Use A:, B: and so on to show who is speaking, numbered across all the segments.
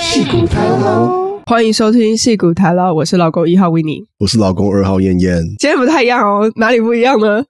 A: 戏骨台郎，
B: 欢迎收听戏骨台唠，我是老公一号维尼。
A: 我是老公二号燕燕。
B: 今天不太一样哦，哪里不一样呢？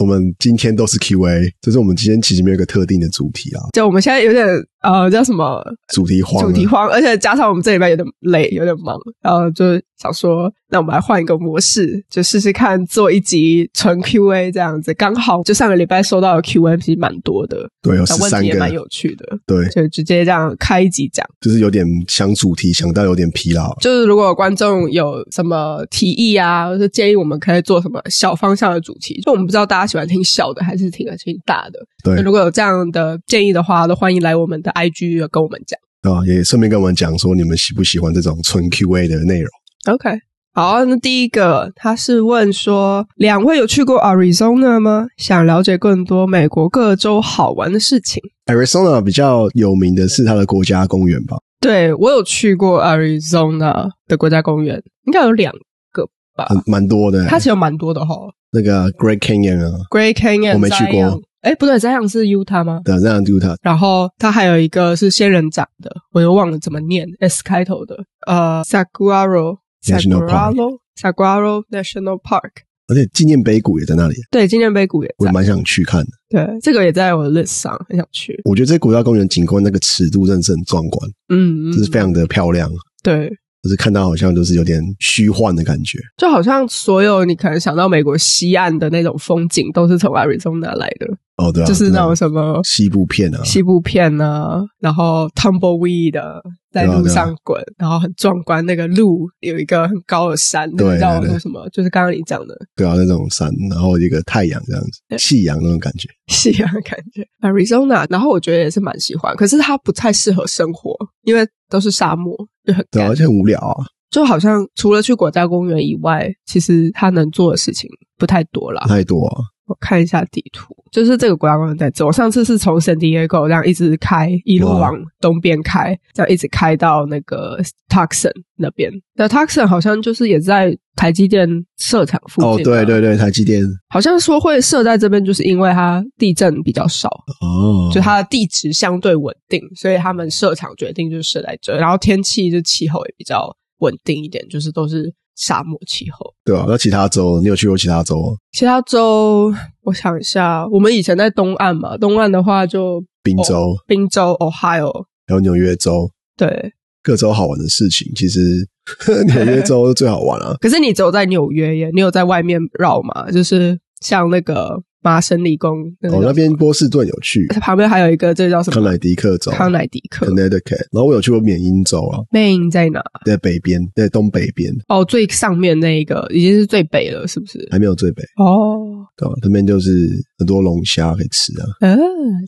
A: 我们今天都是 Q&A，这是我们今天其实没有一个特定的主题啊，
B: 就我们现在有点呃叫什么
A: 主题荒啊，
B: 主题荒，而且加上我们这礼拜有点累，有点忙，然后就想说，那我们来换一个模式，就试试看做一集纯 Q&A 这样子。刚好就上个礼拜收到的 Q&A 其实蛮多的，
A: 对，哦有十
B: 那问
A: 三
B: 题也蛮
A: 个，
B: 有趣的，
A: 对，
B: 就直接这样开一集讲。
A: 就是有点想主题想到有点疲劳，
B: 就是如果有观众有什么提议啊，或是建议我们可以做什么小方向的主题，就我们不知道大家喜欢听小的还是听听大的。
A: 对
B: 那如果有这样的建议的话，都欢迎来我们的 IG 跟我们讲。
A: 啊，也顺便跟我们讲说你们喜不喜欢这种纯 Q&A 的内容。
B: OK，好，那第一个他是问说，两位有去过 Arizona 吗？想了解更多美国各州好玩的事情。
A: Arizona 比较有名的是它的国家公园吧，
B: 对我有去过 Arizona 的国家公园，应该有两个吧，
A: 很蛮多的、
B: 啊它其实有蛮多的哈、
A: 那个 Great Canyon 啊，
B: Great Canyon，
A: 我没去过
B: Zion。哎，不对，Zion 是 Utah 吗？
A: 对，那样 do 它
B: 然后它还有一个是仙人掌的，我又忘了怎么念，S 开头的，呃，Saguaro
A: National Park
B: Saguaro Saguaro National Park。
A: 而且纪念碑谷也在那里，
B: 对，纪念碑谷也
A: 我
B: 在
A: 也，蛮想去看的。
B: 对，这个也在我的 list 上，很想去。
A: 我觉得这国家公园景观那个尺度真的是很壮观，
B: 嗯，嗯
A: 就是非常的漂亮，
B: 对，
A: 就是看到好像就是有点虚幻的感觉。
B: 就好像所有你可能想到美国西岸的那种风景，都是从 Arizona 来的，
A: 哦，对啊，
B: 就是那种
A: 对
B: 什么
A: 啊西部片啊，
B: 西部片呢，然后 tumbleweed 的在路上滚，然后很壮观。那个路有一个很高的山，那个
A: 对
B: 叫
A: 对
B: 做
A: 对
B: 什么？就是刚刚你讲的
A: 对啊，那种山，然后一个太阳这样子，夕阳那种感觉。
B: 夕阳的感觉，Arizona。然后啊我觉得也是蛮喜欢，可是它不太适合生活，因为都是沙漠，就很
A: 对啊，
B: 干
A: 而。且很无聊啊，
B: 就好像除了去国家公园以外，其实它能做的事情不太多啦。
A: 太多啊。
B: 我看一下地图，就是这个国家公园在这。我上次是从 San Diego 这样一直开，一路
A: 哇
B: 往东边开，这样一直开到那个 Tucson 那边。那 Tucson 好像就是也在台积电设厂附近、啊
A: 哦，对，对对，台积电
B: 好像说会设在这边，就是因为它地震比较少，
A: 哦，
B: 就它的地质相对稳定，所以他们设厂决定就是设在这。然后天气就气候也比较稳定一点，就是都是沙漠气候。
A: 对啊。那其他州，你有去过其他州吗？
B: 其他州，我想一下，我们以前在东岸嘛，东岸的话就
A: 宾州、
B: 宾州、Ohio，
A: 还有纽约州，
B: 对。
A: 各州好玩的事情，其实 纽约州最好玩 啊。
B: 可是你只有在纽约耶，你有在外面绕嘛？就是像那个麻省理工那个
A: 哦，
B: 叫
A: 那
B: 什么、
A: 边波士顿有去，
B: 旁边还有一个这个叫什么
A: 康乃迪克州、
B: 康乃迪克。
A: Connecticut，然后我有去过缅因州啊，
B: Maine 在哪？
A: 在北边，在东北边，
B: 哦，最上面那一个已经是最北了，是不是？
A: 还没有最北，
B: 哦，
A: 对吧、那边就是很多龙虾可以吃啊，
B: 嗯、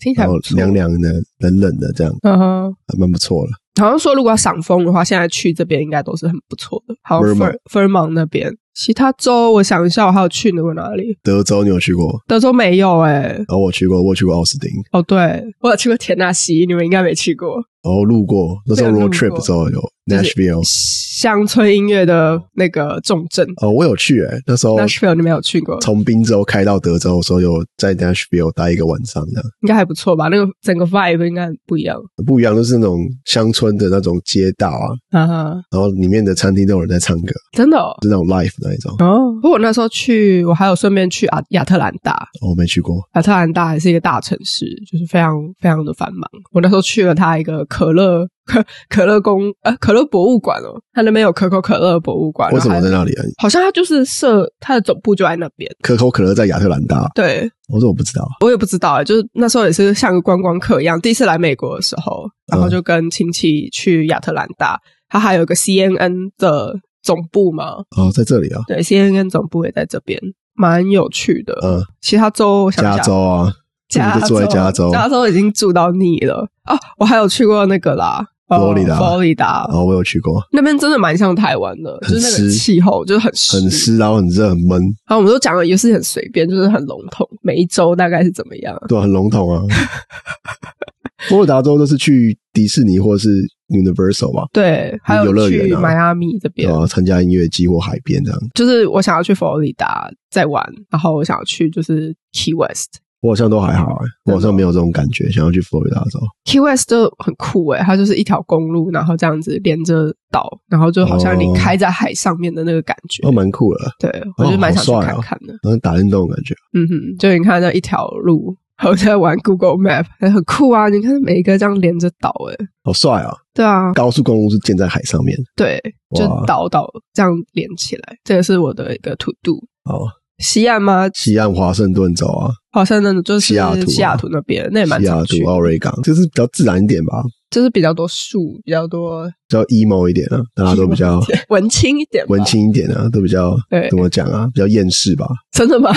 B: 听起来
A: 然后
B: 不错。
A: 凉凉的、冷冷的，这样
B: 嗯哼，
A: 还蛮不错的。
B: 好像说如果要赏枫的话，现在去这边应该都是很不错的。好像
A: Vermont
B: Ver- Vermont 那边，其他州我想一下，我还有去过哪里？
A: 德州你有去过？
B: 德州没有哎、
A: 然后我去过，我有去过奥斯汀，
B: 哦，对我有去过田纳西，你们应该没去过。
A: 然后路过那时候
B: 没有
A: road
B: 路
A: trip
B: 过
A: 的时候有
B: 就是
A: Nashville，
B: 乡村音乐的那个重镇、
A: 哦，我有去诶、那时候
B: n a s h v i l l e 你们有去过？
A: 从宾州开到德州的时候，有在 Nashville 待一个晚上，这样
B: 应该还不错吧？那个整个 vibe 应该很不一样
A: 不一样，就是那种乡村的那种街道啊，
B: 啊哈，
A: 然后里面的餐厅都有人在唱歌，
B: 真的哦。
A: 就那种 live 那一种。
B: 哦，不过我那时候去，我还有顺便去亚亚特兰大。
A: 哦我没去过，
B: 啊亚特兰大还是一个大城市，就是非常非常的繁忙。我那时候去了它一个可乐可可乐公呃可乐博物馆哦，它那边有可口可乐博物馆。
A: 为什么
B: 然
A: 在
B: 后它？
A: 那里啊？
B: 好像它就是设它的总部就在那边。
A: 可口可乐在亚特兰大，啊
B: 对，
A: 我说我不知道，啊
B: 我也不知道、欸，就是那时候也是像个观光客一样，第一次来美国的时候，然后
A: 嗯
B: 就跟亲戚去亚特兰大，它还有一个 CNN 的总部嘛，
A: 哦，在这里啊，
B: 对，CNN 总部也在这边，蛮有趣的。
A: 嗯，
B: 其他州我想一下
A: 加州啊，
B: 加
A: 你就住在加州，
B: 加州已经住到腻了哦，我还有去过那个啦，呃
A: 佛罗里达
B: 佛罗里达
A: 然后我有去过，
B: 那边真的蛮像台湾的，
A: 很
B: 就是那个
A: 湿
B: 气候就是很湿，
A: 很湿，然后很热，很闷，
B: 然后我们都讲的也是很随便，就是很笼统，每一州大概是怎么样。
A: 对啊，很笼 统啊。佛罗里达州都是去迪士尼或者是 Universal 吧，
B: 对，还有
A: 游乐园
B: 去
A: 啊
B: 迈阿密这
A: 对
B: 边，
A: 啊？参加音乐季或海边这样。
B: 就是我想要去佛罗里达再玩，然后我想要去就是 Key West，
A: 我好像都还好哎、我好像没有这种感觉，想要去佛罗里达州。
B: Key West 就很酷诶、它就是一条公路，然后这样子连着岛，然后就好像你
A: 哦
B: 开在海上面的那个感觉。
A: 哦，蛮酷的，
B: 对，我就蛮想去
A: 好帅
B: 看
A: 哦
B: 看的。
A: 好像打运动的感觉。
B: 嗯哼，就你看那一条路，还有在玩 Google Map，很酷啊！你看每一个这样连着欸岛，诶，
A: 好帅啊！
B: 对啊，
A: 高速公路是建在海上面。
B: 对，就
A: 哇
B: 岛岛这样连起来，这也是我的一个 to do。
A: 哦，
B: 西岸吗？
A: 西岸华盛顿州啊，
B: 好像那种就是
A: 西雅图啊
B: 西雅图那边，那也蛮
A: 西雅
B: 常
A: 图哦
B: 去、，
A: 奥瑞港，就是比较自然一点吧，
B: 就是比较多树，比较多
A: 比较 emo 一点啊，大家都比较
B: 文青一点吧，
A: 文青一点啊，都比较
B: 对
A: 怎么讲啊，比较厌世吧，
B: 真的吗？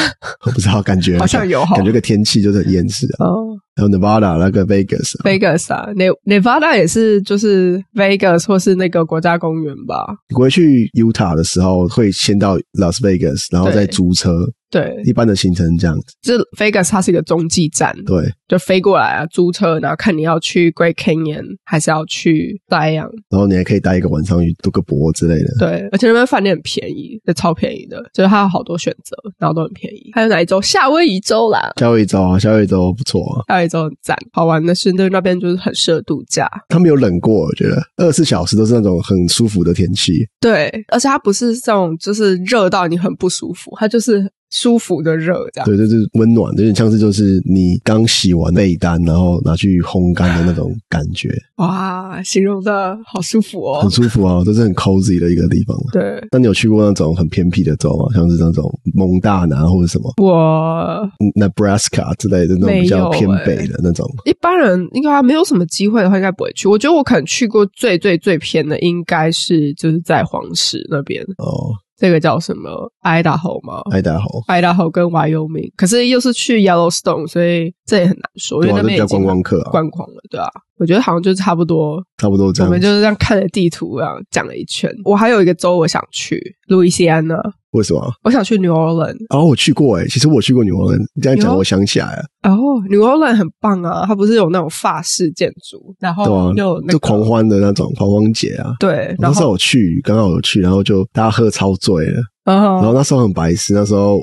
A: 我不知道，感觉
B: 好像有哈
A: 感觉个天气就是很厌世啊。
B: 哦
A: 还有 Nevada 那个 Vegas 啊，
B: ，Vegas 啊，Ne-，Nevada 也是就是 Vegas 或是那个国家公园吧，
A: 你回去 Utah 的时候会先到 Las Vegas，然后
B: 对
A: 再租车，
B: 对，
A: 一般的行程这样子。
B: 这 Vegas 它是一个中继站，
A: 对，
B: 就飞过来啊，租车，然后看你要去 Great Canyon 还是要去 Zion，
A: 然后你还可以待一个晚上去度个博之类的。
B: 对，而且那边饭店很便宜，就超便宜的，就是它有好多选择，然后都很便宜。还有哪一州？夏威夷州啦，
A: 夏威夷州啊，夏威夷州不错啊，
B: 夏威夷州很赞，好玩的是那那边就是很适合度假，
A: 他们有冷过，我觉得二十四小时都是那种很舒服的天气。
B: 对，而且它不是这种就是热到你很不舒服，它就是舒服的热这样。
A: 对，就是温暖，有点像是就是你刚洗完被单，然后拿去烘干的那种感觉，
B: 哇，形容的好舒服哦
A: 很。舒服啊，都是很 cozy 的一个地方。啊
B: 对
A: 那你有去过那种很偏僻的州吗？像是那种蒙大拿或者什么
B: 我
A: Nebraska 之类的那种比较偏北的那种？
B: 一般人应该没有什么机会的话，应该不会去。我觉得我可能去过最最最偏的，应该是就是在黄石那边，
A: 哦，
B: 这个叫什么 Idaho 吗？
A: 爱达荷，
B: 爱达荷跟 Wyoming，可是又是去 Yellowstone，所以这也很难说，因
A: 对
B: 为
A: 啊
B: 那边
A: 就
B: 已
A: 比较
B: 经
A: 观光客啊
B: 观光了，对啊。我觉得好像就差不多，
A: 差不多这
B: 我
A: 样
B: 们就
A: 子。
B: 是这样看着地图啊，讲了一圈。我还有一个州我想去，路易斯安那，
A: 为什么？啊
B: 我想去 New Orleans。
A: 哦，我去过诶、其实我去过纽伦，你这样讲
B: 有
A: 我想起来了，啊
B: 哦、n e w Orleans 很棒啊，它不是有那种法式建筑，然
A: 对
B: 后
A: 啊
B: 又有那
A: 就
B: 个
A: 狂欢的那种狂欢节啊。
B: 对，
A: 我
B: 然
A: 那时候
B: 后
A: 有去，刚好有去，然后就大家喝超醉了，
B: 嗯
A: 然
B: 哼
A: 后那时候很白痴，那时候我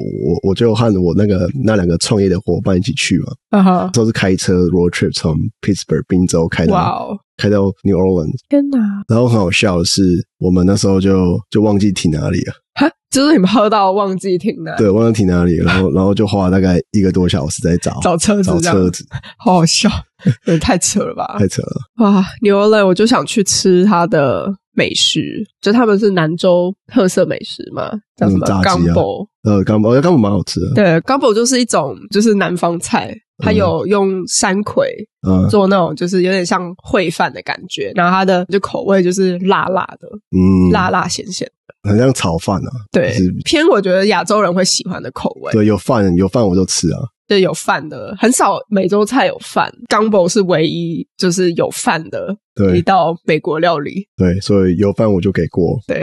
A: 我就和我那个那两个创业的伙伴一起去嘛，
B: 嗯哼，
A: 都是开车 road trip 从 Pittsburgh 宾州开
B: 哇
A: 到
B: 哦，
A: 开到 New Orleans，
B: 天哪！
A: 然后很好笑的是，我们那时候就就忘记停哪里了，
B: 哈，就是你们喝到忘记停了，
A: 对，忘了停哪里了，然后然后就花了大概一个多小时在找
B: 找车子
A: 找
B: 这样
A: 车，子，
B: 好好笑， 也太扯了吧！
A: 太扯了，
B: 哇，牛了，我就想去吃它的美食，就他们是南州特色美食嘛，叫什
A: 嗯
B: 么
A: 炸鸡啊
B: gumbo？、
A: 呃，干我觉得干蛮好吃的，
B: 对，gumbo 就是一种就是南方菜，它有用山葵
A: 嗯
B: 做那种就是有点像烩饭的感觉，然后它的就口味就是辣辣的，
A: 嗯，
B: 辣辣咸咸，
A: 很像炒饭啊，
B: 对
A: 是，
B: 偏我觉得亚洲人会喜欢的口味。
A: 对，有饭有饭我就吃啊，
B: 就有饭的，很少美洲菜有饭，gumbo 是唯一就是有饭的一
A: 对
B: 道美国料理。
A: 对，所以有饭我就给过，
B: 对，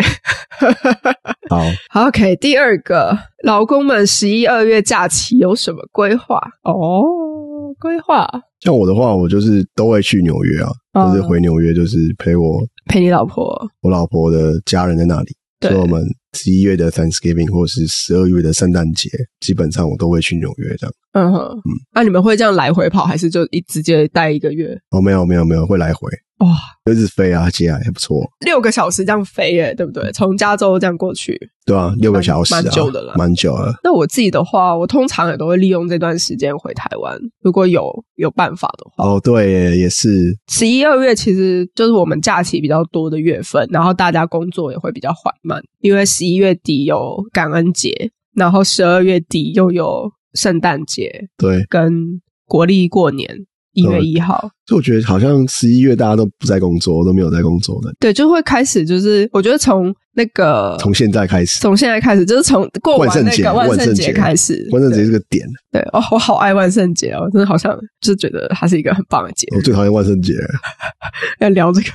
A: 好，
B: 好，OK，第二个，劳工们十一二月假期有什么规划？哦，规划
A: 像我的话，我就是都会去纽约啊，
B: 嗯
A: 就是回纽约，就是陪我
B: 陪你老婆，
A: 我老婆的家人在那里，
B: 对
A: 所以我们十一月的 Thanksgiving 或是十二月的圣诞节，基本上我都会去纽约这样。
B: 嗯哼，那、你们会这样来回跑，还是就一直接待一个月？
A: 哦，没有没有没有，会来回
B: 哇，
A: 就一直飞啊，接下来还不错，
B: 六个小时这样飞耶，对不对？从加州这样过去，
A: 对啊，六个小时、啊，
B: 蛮久的啦
A: 蛮久了。
B: 那我自己的话，我通常也都会利用这段时间回台湾，如果有有办法的话。
A: 哦，对耶，也是，
B: 十一二月其实就是我们假期比较多的月份，然后大家工作也会比较缓慢，因为十一月底有感恩节，然后十二月底又有圣诞节
A: 对，
B: 跟国历过年一月一号，
A: 所以我觉得好像十一月大家都不在工作，都没有在工作的，
B: 对，就会开始就是我觉得从那个
A: 从现在开始，
B: 从现在开始，就是从过
A: 万
B: 完
A: 圣
B: 那
A: 节
B: 个万圣节
A: 万圣节
B: 开始，
A: 万圣节这个点，
B: 对对哦，我好爱万圣节哦，真的好像就觉得它是一个很棒的节
A: 我
B: 日。
A: 最讨厌万圣节。
B: 要聊这个，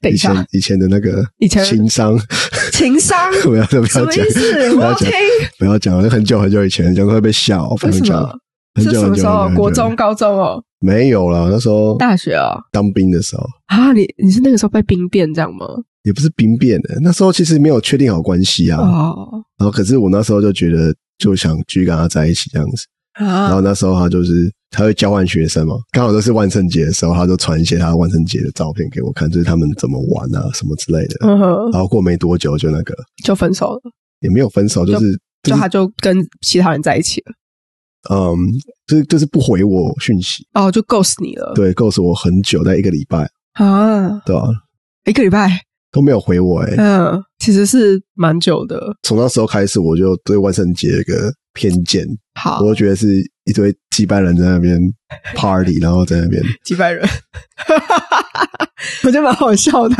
B: 等一
A: 以
B: 下，
A: 前以前的那个
B: 以前
A: 情商，
B: 情商
A: 不要 不要
B: 什
A: 讲
B: 么意，思？
A: 不
B: 我
A: 要
B: 要
A: 讲
B: 听。
A: 不要讲了，很久很久以前，讲会被笑，不能
B: 为什
A: 讲
B: 么
A: 了。？很
B: 是
A: 久
B: 什
A: 很
B: 么
A: 久
B: 时候
A: 很？久
B: 国
A: 很久
B: 中、高中哦，
A: 没有了，那时候
B: 大学哦
A: 当兵的时候
B: 啊？你你是那个时候被兵变这样吗？
A: 也不是兵变的，那时候其实没有确定好关系啊。
B: 哦
A: 然后可是我那时候就觉得就想继续跟他在一起这样子，然
B: 啊
A: 后那时候他就是他会交换学生嘛，刚好都是万圣节的时候，他就传一些他万圣节的照片给我看，就是他们怎么玩啊什么之类的。
B: 嗯哼，
A: 然后过没多久就那个
B: 就分手了，
A: 也没有分手，就是
B: 就
A: 就是
B: 他就跟其他人在一起了，
A: 嗯，就是就是不回我讯息，
B: 哦，就 ghost 你了，
A: 对，告诉我很久，在一个礼拜，
B: 啊，
A: 对吧、
B: 一个礼拜，
A: 都没有回我、欸，
B: 嗯，其实是蛮久的。
A: 从那时候开始，我就对万圣节有一个偏见，
B: 好，
A: 我就觉得是一堆祭拜人在那边 party，然后在那边
B: 几百人， 我觉得蛮好笑的。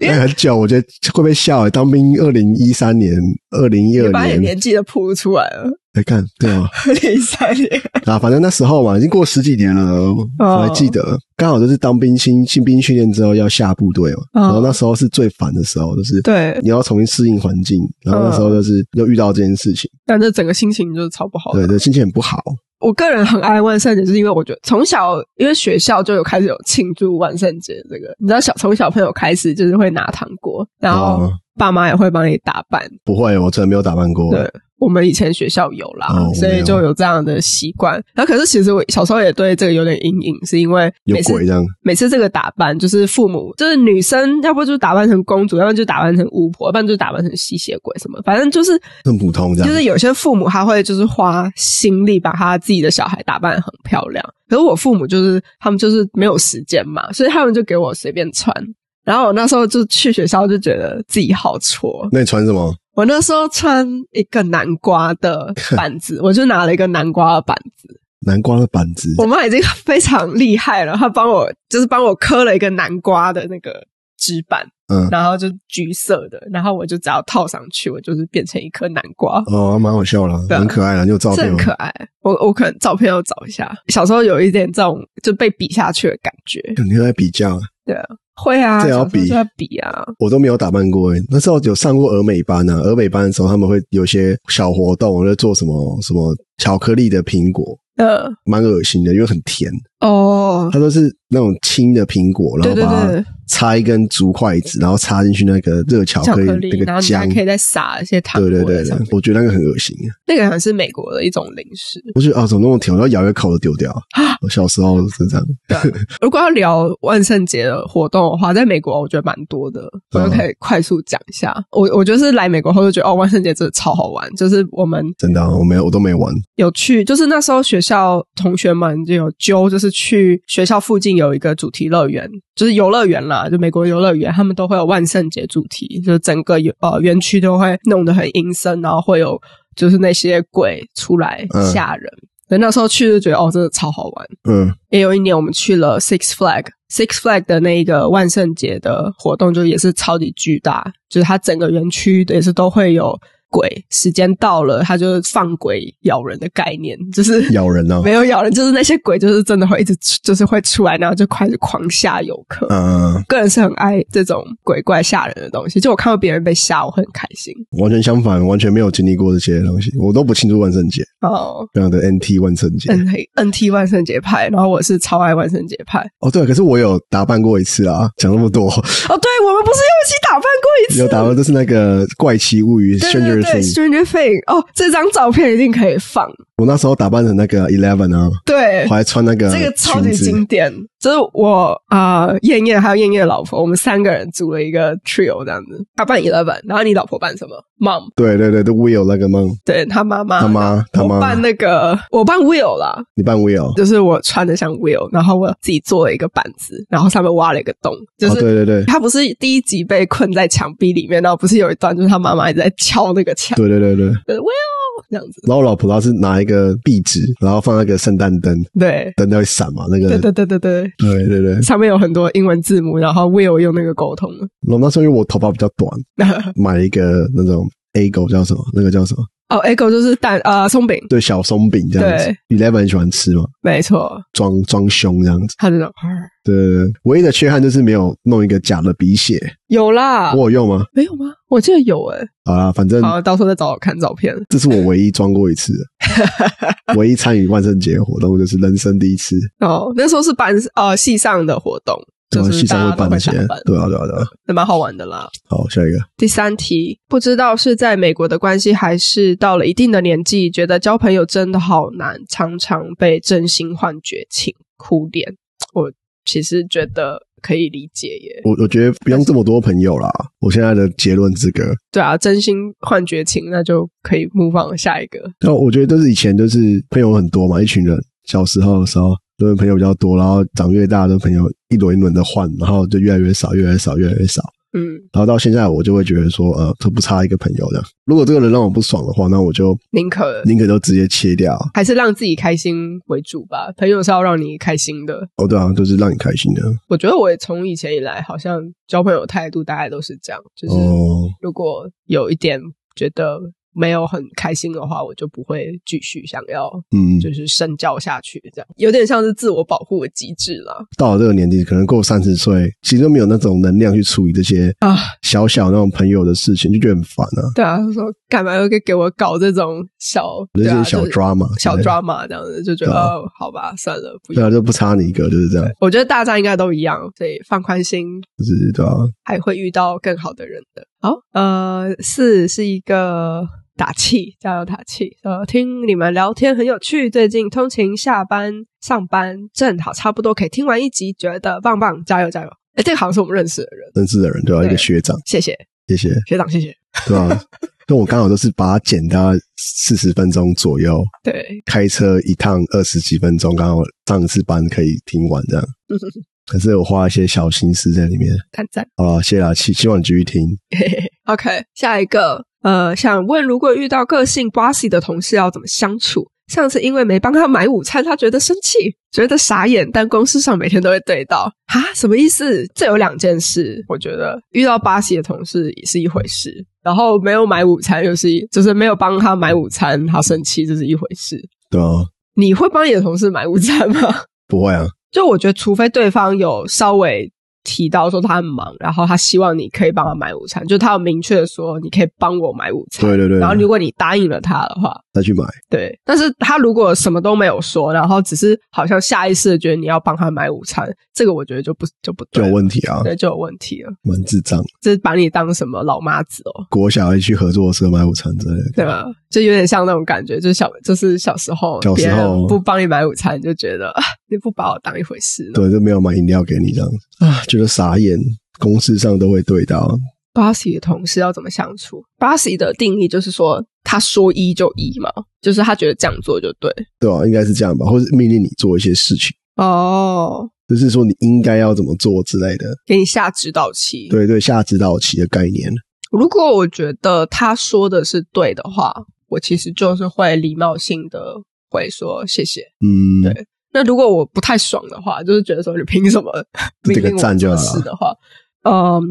B: 因为
A: 哎很久，我觉得会被笑、欸。当兵二零一三年、二零一
B: 你
A: 二
B: 把你的
A: 年，
B: 年纪都暴露出来了，
A: 哎，看对啊，
B: 零三年，
A: 啊，反正那时候嘛，已经过十几年了，
B: 哦
A: 我还记得，刚好就是当兵新新兵训练之后要下部队嘛，
B: 嗯
A: 然后那时候是最烦的时候，就是
B: 对嗯
A: 你要重新适应环境，然后那时候就是又遇到这件事情，
B: 但这整个心情就是超不好的。
A: 对对，心情很不好，
B: 我个人很爱万圣节，是因为我觉得从小因为学校就有开始有庆祝万圣节这个，你知道小从小朋友开始就是会拿糖果，然后
A: 哦
B: 爸妈也会帮你打扮。
A: 不会，我真的没有打扮过，
B: 对我们以前学校有啦，
A: 哦我
B: 所
A: 没
B: 以
A: 有
B: 就有这样的习惯。然后可是其实我小时候也对这个有点阴影，是因为
A: 有
B: 每次
A: 鬼这样，
B: 每次这个打扮就是父母就是女生，要不就打扮成公主，要不就打扮成巫婆，要不然就打扮成吸血鬼什么，反正就是
A: 很普通这
B: 就
A: 样，
B: 是有些父母他会就是花心力把他自己的小孩打扮得很漂亮，可是我父母就是他们就是没有时间嘛，所以他们就给我随便穿。然后我那时候就去学校就觉得自己好挫，
A: 那你穿什么？
B: 我那时候穿一个南瓜的板子，我就拿了一个南瓜的板 子，
A: 南瓜的板子，
B: 我妈已经非常厉害了，她帮我就是帮我刻了一个南瓜的那个纸板，
A: 嗯，
B: 然后就橘色的，然后我就只要套上去，我就是变成一颗南瓜。
A: 哦，蛮好笑啦，
B: 对啊
A: 很可爱啦，你有照
B: 这
A: 片
B: 很
A: 吗？
B: 可爱，我我可能照片要找一下。小时候有一点这种就被比下去的感觉，
A: 肯定在比较，
B: 会啊，
A: 这也要
B: 小时候
A: 比
B: 就要比啊，
A: 我都没有打扮过、欸。那时候有上过俄美班啊，俄美班的时候他们会有些小活动，我在做什么什么巧克力的苹果，
B: 嗯，
A: 蛮恶心的，因为很甜，
B: 哦，
A: 它都是那种青的苹果，然
B: 对
A: 后
B: 对
A: 把它
B: 对，
A: 插一根竹筷子，然后插进去那个热巧
B: 巧
A: 克
B: 克
A: 力
B: 力，
A: 那个
B: 然后你还
A: 浆。
B: 可以再撒一些糖
A: 对
B: 果
A: 对
B: 在
A: 对
B: 上
A: 对
B: 面，，
A: 我觉得那个很恶心，欸
B: 那个好像是美国的一种零食。
A: 我觉得啊，怎么那么甜？我要咬一口就丢掉。啊我哦小时候是这样，
B: 如果要聊万圣节的活动的话，在美国我觉得蛮多的，我
A: 嗯
B: 就可以快速讲一下。我我就是来美国后就觉得哦，万圣节真的超好玩，就是我们
A: 真的啊、我没有，我都没玩。
B: 有去，就是那时候学校同学们就有揪，就是去学校附近有一个主题乐园，就是游乐园啦，就美国游乐园，他们都会有万圣节主题，就是整个游呃园区都会弄得很阴森，然后会有就是那些鬼出来
A: 嗯
B: 吓人。所以那时候去就觉得哦，真的超好玩。
A: 嗯，
B: 也有一年我们去了 Six Flag。Six Flag 的那个万圣节的活动就也是超级巨大，就是它整个园区也是都会有鬼，时间到了它就放鬼咬人的概念，就是
A: 咬人呢、啊。
B: 没有咬人，就是那些鬼就是真的会一直出就是会出来，然后就开始狂吓游客。
A: 嗯、
B: 个人是很爱这种鬼怪吓人的东西，就我看到别人被吓，我会很开心
A: 完全相反，完全没有经历过这些东西，我都不庆祝万圣节，
B: 哦。
A: 非常的 NT 万圣节。
B: N N T 万圣节派，然后我是超爱万圣节派。
A: 哦，对，可是我有打扮过一次啊，讲那么多，
B: 哦，对，我们不是又一起打扮过一 次？
A: 有打扮就是那个怪奇物语
B: 对对
A: Stranger
B: 对
A: Things，
B: ，Stranger Thing，哦，这张照片一定可以放。
A: 我那时候打扮成那个 Eleven 啊，
B: 对
A: 我，还穿那个
B: 这个超级
A: 裙子
B: 经典。就是我啊，呃燕、燕还有燕燕的老婆，我们三个人组了一个 trio 这样子。他扮 Eleven，然后你老婆扮什么？Mom，
A: 对对对，都 Will 那个梦，
B: 对他妈妈。
A: 他妈他
B: 啊我
A: 妈
B: 扮，那个，我扮 Will 啦，
A: 你扮 Will，
B: 就是我穿的像 Will，然后我自己做了一个板子，然后上面挖了一个洞，就
A: 哦，
B: 是
A: 对对对
B: 他不是第一集被困在墙壁里面，然后不是有一段就是他妈妈一直在敲那个墙，
A: 对对对对，
B: 就是 Will 这样子，
A: 然后我老婆她是拿一个壁纸，然后放那个圣诞灯，
B: 对，
A: 灯都会闪嘛，那
B: 对
A: 个
B: 对对对对，
A: 对对对，
B: 上面有很多英文字母，然后 Will 用那个沟通了。
A: 然后那时候因为我头发比较短，买了一个那种 A 狗叫什么，那个叫什么？
B: 哦，Echo 就是蛋呃松饼，
A: 对，小松饼这样子。Eleven 很喜欢吃嘛，
B: 没错，
A: 装装凶这样子。
B: 他这种
A: 对对对，唯一的缺憾就是没有弄一个假的鼻血，
B: 有啦，
A: 我有用吗？
B: 没有吗？我记得有诶、
A: 好啦，反正
B: 好，到时候再找我看照片。
A: 这是我唯一装过一次的，唯一参与万圣节活动就是人生第一次。
B: 哦，那时候是班呃系上的活动，
A: 然后
B: 就是
A: 系上
B: 大家
A: 会办
B: 都
A: 那
B: 会
A: 些
B: 打扮，
A: 对啊，对啊，对啊。
B: 那蛮好玩的啦。
A: 好，下一个，
B: 第三题，不知道是在美国的关系，还是到了一定的年纪，觉得交朋友真的好难，常常被真心换绝情，哭脸。我其实觉得可以理解耶。
A: 我我觉得不用这么多朋友啦。我现在的结论资格，
B: 对啊，真心换绝情，那就可以 move on 下一个。
A: 但我觉得都是以前就是朋友很多嘛，一群人，小时候的时候，因为朋友比较多，然后长越大，的朋友一轮一轮的换，然后就越来越少，越来越少，越来越少。
B: 嗯，
A: 然后到现在，我就会觉得说，呃，都不差一个朋友这样。如果这个人让我不爽的话，那我就
B: 宁可
A: 宁可就直接切掉。
B: 还是让自己开心为主吧。朋友是要让你开心的。
A: 哦，对啊，就是让你开心的。
B: 我觉得我也从以前以来，好像交朋友态度大概都是这样，就是
A: 哦，
B: 如果有一点觉得没有很开心的话，我就不会继续想要
A: 嗯，
B: 就是深交下去，这样有点像是自我保护的机制啦。
A: 到了这个年纪，可能过三十岁，其实都没有那种能量去处理这些
B: 啊
A: 小小那种朋友的事情，就觉得很烦啊。
B: 对啊，他说干嘛要给给我搞这种小
A: 那
B: 对啊
A: 些小
B: 就是
A: drama，
B: 小
A: 对
B: drama 这样子，就觉得
A: 对啊
B: 哦，好吧，算了，不
A: 对
B: 要
A: 啊，。就不差你一个，就是这样，
B: 我觉得大家应该都一样，所以放宽心，
A: 就是对啊，
B: 还会遇到更好的人的。好，呃，四是一个打气，加油打气。呃，听你们聊天很有趣，最近通勤、下班、上班，正好差不多可以听完一集，觉得棒棒，加油加油！哎，这个好像是我们认识的人，
A: 认识的人，对吧、啊
B: 对
A: 一个学长，
B: 谢谢
A: 谢谢，
B: 学长，谢谢。
A: 对吧、啊？ 那我刚好都是把它剪到四十分钟左右，
B: 对，
A: 开车一趟二十几分钟，刚好上一次班可以听完 这样
B: 嗯。
A: 可是我花一些小心思在里面。
B: 赞赞。
A: 好了，谢啦，希希望你继续听。
B: OK，下一个，呃，想问，如果遇到个性 bossy 的同事要怎么相处？上次因为没帮他买午餐，他觉得生气，觉得傻眼，但公司上每天都会对到啊，什么意思？这有两件事，我觉得遇到巴西的同事也是一回事，然后没有买午餐又是一，就是没有帮他买午餐，他生气这是一回事。
A: 对啊，
B: 你会帮你的同事买午餐吗？
A: 不会啊，
B: 就我觉得，除非对方有稍微提到说他很忙，然后他希望你可以帮他买午餐，就他有明确的说你可以帮我买午餐。
A: 对对对
B: 然后如果你答应了他的话，
A: 再去买。
B: 对。但是他如果什么都没有说，然后只是好像下意识的觉得你要帮他买午餐，这个我觉得就不就不
A: 就
B: 对
A: 有
B: 了，
A: 问题啊，
B: 对，就有问题了。
A: 蛮智障。
B: 就是把你当什么老妈子哦，
A: 国小一去合作社买午餐之类的，
B: 对吧？就有点像那种感觉，就是小就是小时候，
A: 小时候
B: 别人不帮你买午餐，你就觉得啊你不把我当一回事了。
A: 对，就没有买饮料给你这样啊，觉得傻眼。公事上都会对到，
B: 巴西的同事要怎么相处？巴西的定义就是说，他说一就一嘛，就是他觉得这样做就对。
A: 对吧、应该是这样吧，或是命令你做一些事情，
B: 哦，
A: 就是说你应该要怎么做之类的。
B: 给你下指导期。
A: 对对，下指导期的概念，
B: 如果我觉得他说的是对的话，我其实就是会礼貌性的会说谢谢。
A: 嗯，
B: 对那如果我不太爽的话，就是觉得说你凭什么
A: 这
B: 命
A: 个
B: 令我
A: 赞就
B: 做
A: 好
B: 事的话，嗯，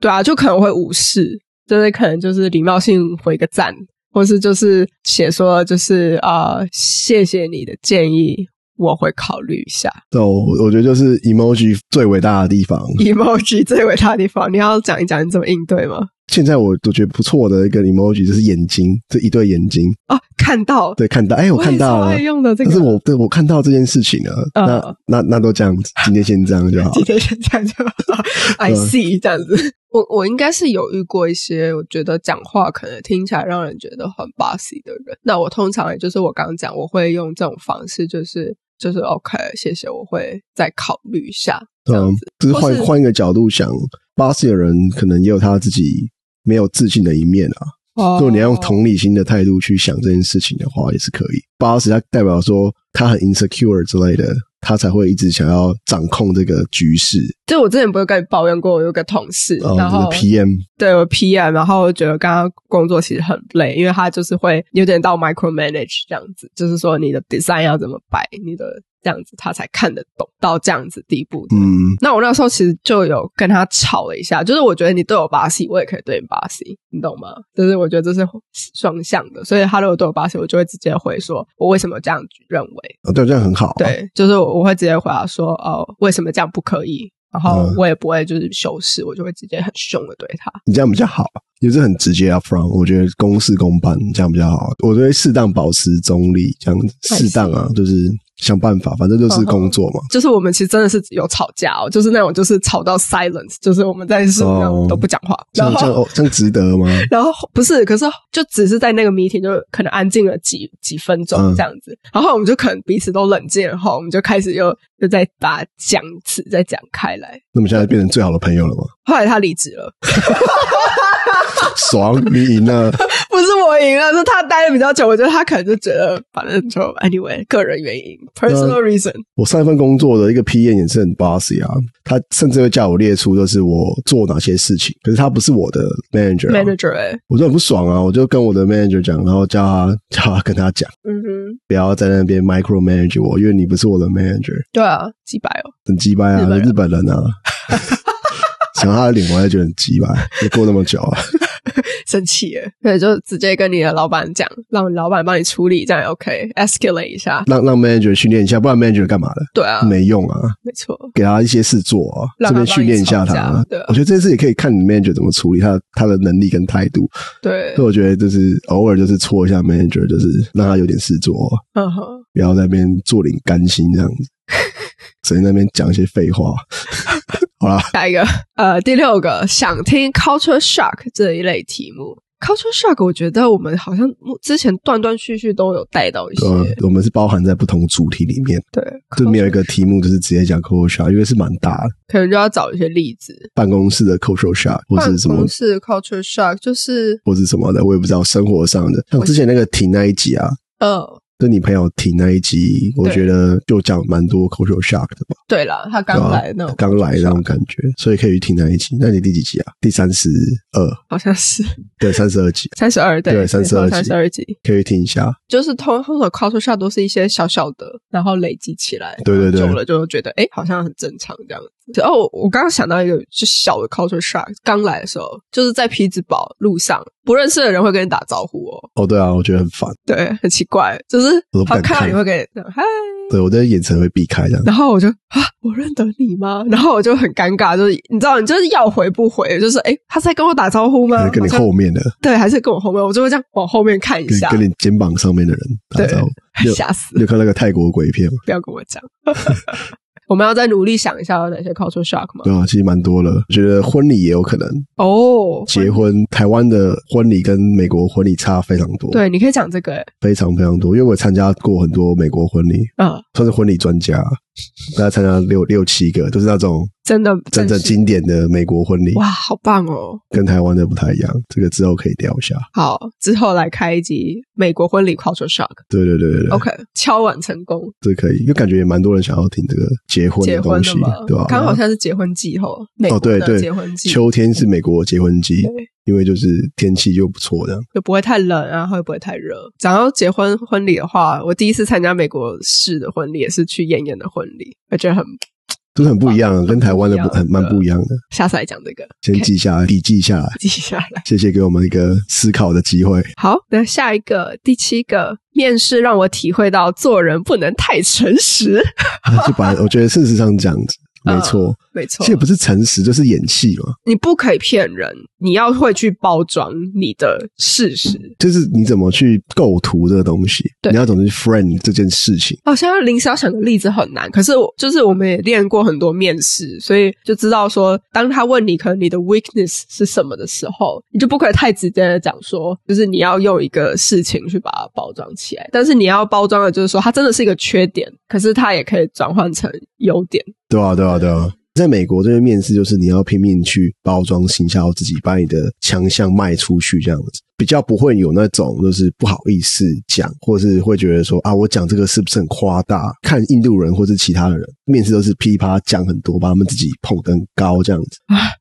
B: 对啊，就可能会无视，就是可能就是礼貌性回个赞，或是就是写说就是啊、呃谢谢你的建议，我会考虑一下。
A: 对，我我觉得就是 emoji 最伟大的地方。
B: emoji 最伟大的地方，你要讲一讲你怎么应对吗？
A: 现在我我觉得不错的一个 emoji 就是眼睛，这一对眼睛，
B: 哦，看到，
A: 对，看到，哎，我
B: 也
A: 看到
B: 超
A: 了
B: 爱，用的这个，
A: 但是我对我看到这件事情了，
B: 嗯
A: 那那那都这样子，今天先这样就好了啊嗯
B: 今。天先这样就 好 I see 这样子。我我应该是有遇过一些，我觉得讲话可能听起来让人觉得很 bossy 的人。那我通常也就是我刚刚讲，我会用这种方式，就是就是 OK，谢谢，我会再考虑一下。这
A: 对啊
B: 样子，
A: 就是
B: 或
A: 换
B: 是
A: 换一个角度想，巴西的人可能也有他自己没有自信的一面啊。
B: 哦
A: 如果你要用同理心的态度去想这件事情的话，也是可以。巴西他代表说他很 insecure 之类的，他才会一直想要掌控这个局势。呃
B: 就我之前不是跟你抱怨过，我有个同事，
A: 然
B: 然后
A: 后就是 PM
B: 对我 PM，然后觉得刚刚工作其实很累，因为他就是会有点到 micromanage 这样子，就是说你的 design 要怎么摆，你的这样子他才看得懂到这样子地步。
A: 嗯，
B: 那我那时候其实就有跟他吵了一下，就是我觉得你对我巴西，我也可以对你巴西，你懂吗？就是我觉得这是双向的，所以他如果对我巴西，我就会直接回说，我为什么这样认为？
A: 哦对，这样很好、啊。，
B: 对，就是我我会直接回答说，哦，为什么这样不可以？然后
A: 嗯
B: 我也不会就是修饰，我就会直接很凶的对他。
A: 你这样比较好，也是很直接啊。From 我觉得公事公办这样比较好。我觉得适当保持中立，这样子
B: I see
A: 适当啊，就是想办法，反正
B: 嗯
A: 就是工作嘛。
B: 就是我们其实真的是有吵架哦，就是那种就是吵到 silence，就是我们在是那
A: 哦
B: 种都不讲话，
A: 这
B: 然
A: 样这样
B: 后。
A: 哦，这样值得吗？
B: 然后不是，可是就只是在那个 meeting 就可能安静了几几分钟
A: 嗯
B: 这样子，然后我们就可能彼此都冷静了后，我们就开始又又再把讲词再讲开来。
A: 那么现在变成最好的朋友了吗？
B: 后来他离职了，
A: 爽，你赢了。
B: 不是我赢了，是他待的比较久，我觉得他可能就觉得反正就 anyway 个人原因
A: 嗯
B: personal reason，
A: 我上一份工作的一个 P E 验也是很 bossy 啊，他甚至会叫我列出就是我做哪些事情，可是他不是我的 manager，,、啊、
B: manager 哎、
A: 我就很不爽啊，我就跟我的 manager 讲，然后叫他叫他跟他讲，
B: 嗯哼，
A: 不要在那边 micro manage 我，因为你不是我的 manager，
B: 对啊，几百哦，
A: 很鸡掰啊，
B: 日本人
A: 日本 人啊，想他的脸我还觉得很鸡掰，就过那么久啊，
B: 生气耶，对，就直接跟你的老板讲，让老板帮你处理，这样也 OK，escalate、一下，
A: 让让 manager 训练一下，不然 manager 干嘛的？
B: 对啊，
A: 没用啊，
B: 没错，
A: 给他一些事做啊，
B: 让
A: 这
B: 他
A: 边训练一下他
B: 帮你
A: 啊
B: 吵架对啊。
A: 我觉得这件事也可以看你 manager 怎么处理他他的能力跟态度。
B: 对
A: 所以，我觉得就是偶尔就是戳一下 manager，就是让他有点事做，
B: 嗯哼，
A: 不要在那边坐领干薪这样 子，只能在那边讲一些废话。好啦，
B: 下一个，呃，第六个，想听 culture shock 这一类题目。culture shock，我觉得我们好像之前断断续续都有带到一些，
A: 呃，我们是包含在不同主题里面，
B: 对，
A: 就没有一个题目就是直接讲 cultural shock，因为是蛮大的，
B: 可能就要找一些例子。
A: 办公室的 cultural shock 或
B: 办
A: 是什么
B: 公。室 culture shock 就是，
A: 或是什么的，我也不知道。生活上的，像之前那个停那一集啊，
B: 呃，
A: 就你朋友停那一集，我
B: 对
A: 觉得就讲蛮多 cultural shock 的吧。
B: 对了，他
A: 对
B: 刚
A: 啊
B: 来那种，
A: 刚来那种，感觉，所以可以去听那一集。那你第几集啊？第三十二，
B: 好像是
A: 对，三十二集，
B: 三十二，
A: 对32集
B: 三十二集，
A: 可以听一下。
B: 就是通通常 culture shock 都是一些小小的，然后累积起来，
A: 对对对
B: 然后久了就觉得哎，诶好像很正常这样子。哦，我我刚刚想到一个，就小的 culture shock，刚来的时候，就是在匹兹堡路上，不认识的人会跟你打招呼哦，
A: 哦，对啊，我觉得很烦，
B: 对，很奇怪，就是
A: 我都不
B: 他
A: 敢
B: 看到
A: 看
B: 你会跟你这样嗨，
A: 对我的眼神会避开这样。
B: 然后我就啊，我认得你吗？然后我就很尴尬，就是你知道，你就是要回不回，就是哎，诶他是在跟我打招呼
A: 可
B: 吗？
A: 能跟你
B: 啊好像
A: 后面的，
B: 对，还是跟我后面，我就会这样往后面看一
A: 跟
B: 下，
A: 跟你肩膀上面的人打招呼。你有
B: 吓死
A: 你有看那个泰国鬼片吗？
B: 不要跟我讲。 我们要再努力想一下有哪些 culture shock 吗？
A: 对啊，其实蛮多了。我觉得婚礼也有可能，
B: 哦，
A: 结婚台湾的婚礼跟美国婚礼差非常多，，
B: 对，你可以讲这个、欸，
A: 非常非常多。因为我参加过很多美国婚礼，
B: 嗯，
A: 算是婚礼专 家，大概参加六六七个，都是那种
B: 真的
A: 真正
B: 正式
A: 经典的美国婚礼。
B: 哇，好棒哦！
A: 跟台湾的不太一样，这个之后可以聊一下。
B: 好，之后来开一集美国婚礼 culture shock。
A: 对对对对对
B: OK，敲碗成功，
A: 这可以，因为感觉也蛮多人想要听这个结婚
B: 结
A: 的
B: 婚
A: 东
B: 了
A: 西
B: 嘛，？
A: 对吧、
B: 刚好现在是结婚季吼，美国
A: 哦，对
B: 的
A: 对
B: 结婚，季，
A: 秋天是美国结婚季
B: 对，
A: 因为就是天气就不错这样。
B: 就不会太冷啊，然后也不会太热。讲到结婚婚礼的话，我第一次参加美国式的婚礼，也是去燕燕的婚礼，我觉得很
A: 就是很不一样，啊跟台湾的不
B: 不一样
A: 很蛮不一样的。
B: 下次来讲这个，
A: 先
B: OK，
A: 记下来，笔记下来，
B: 记下来。
A: 谢谢给我们一个思考的机会。
B: 好，那下一个第七个面试让我体会到做人不能太诚实，
A: 啊就把我觉得事实上这样子，没错，
B: 没
A: 其
B: 错
A: 实，也不是诚实，就是演戏嘛。
B: 你不可以骗人，你要会去包装你的事实。
A: 就是你怎么去构图这个东西，
B: 对
A: 你要怎么去 frame 这件事情。
B: 好像临时要想个例子很难，可是我就是我们也练过很多面试，所以就知道说，当他问你可能你的 weakness 是什么的时候，你就不可以太直接的讲说，就是你要用一个事情去把它包装起来，但是你要包装的就是说，它真的是一个缺点，可是它也可以转换成优点。
A: 对啊，对啊，对啊。在美国这边面试，就是你要拼命去包装、行销自己，把你的强项卖出去，这样子比较不会有那种就是不好意思讲，或是会觉得说啊，我讲这个是不是很夸大？看印度人或是其他的人面试都是噼啪讲很多，把他们自己捧得很高这样子。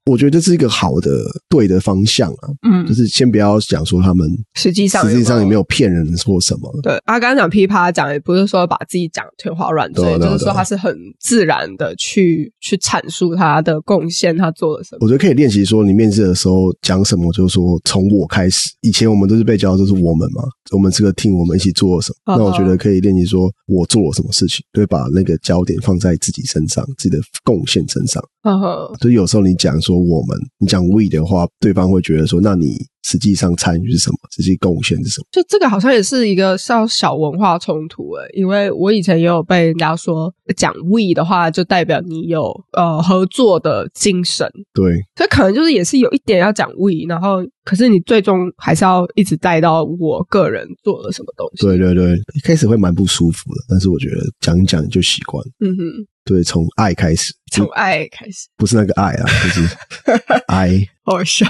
A: 我觉得这是一个好的对的方向啊，
B: 嗯
A: 就，是先不要讲说他们
B: 实际上
A: 实际上有没
B: 有？
A: 有骗人或什么，
B: 对，他刚刚讲噼啪讲，也不是说把自己讲天花乱坠
A: 对啊，对啊
B: 就
A: 对
B: 是说
A: 啊
B: 他是很自然的去去阐述他的贡献，他做了什么。
A: 我觉得可以练习说，你面试的时候讲什么，就是说从我开始。以前我们都是被教，就是我们嘛，我们这个 team 我们一起做了什么。
B: 嗯
A: 那我觉得可以练习说，我做了什么事情，对，把那个焦点放在自己身上，自己的贡献身上。
B: 嗯哼，
A: 就有时候你讲说我们，你讲 we 的话，对方会觉得说，那你实际上参与是什么，实际贡献是什么。
B: 就这个好像也是一个像小文化冲突诶、因为我以前也有被人家说讲 we 的话，就代表你有呃合作的精神，
A: 对，
B: 所以可能就是也是有一点要讲 we，然后可是你最终还是要一直带到我个人做了什么东西。
A: 对，对，对，一开始会蛮不舒服的，但是我觉得讲一讲就习惯了。
B: 嗯哼，
A: 对，从爱开始，
B: 从爱开始，
A: 不是那个爱 啊，就是爱。
B: 好笑。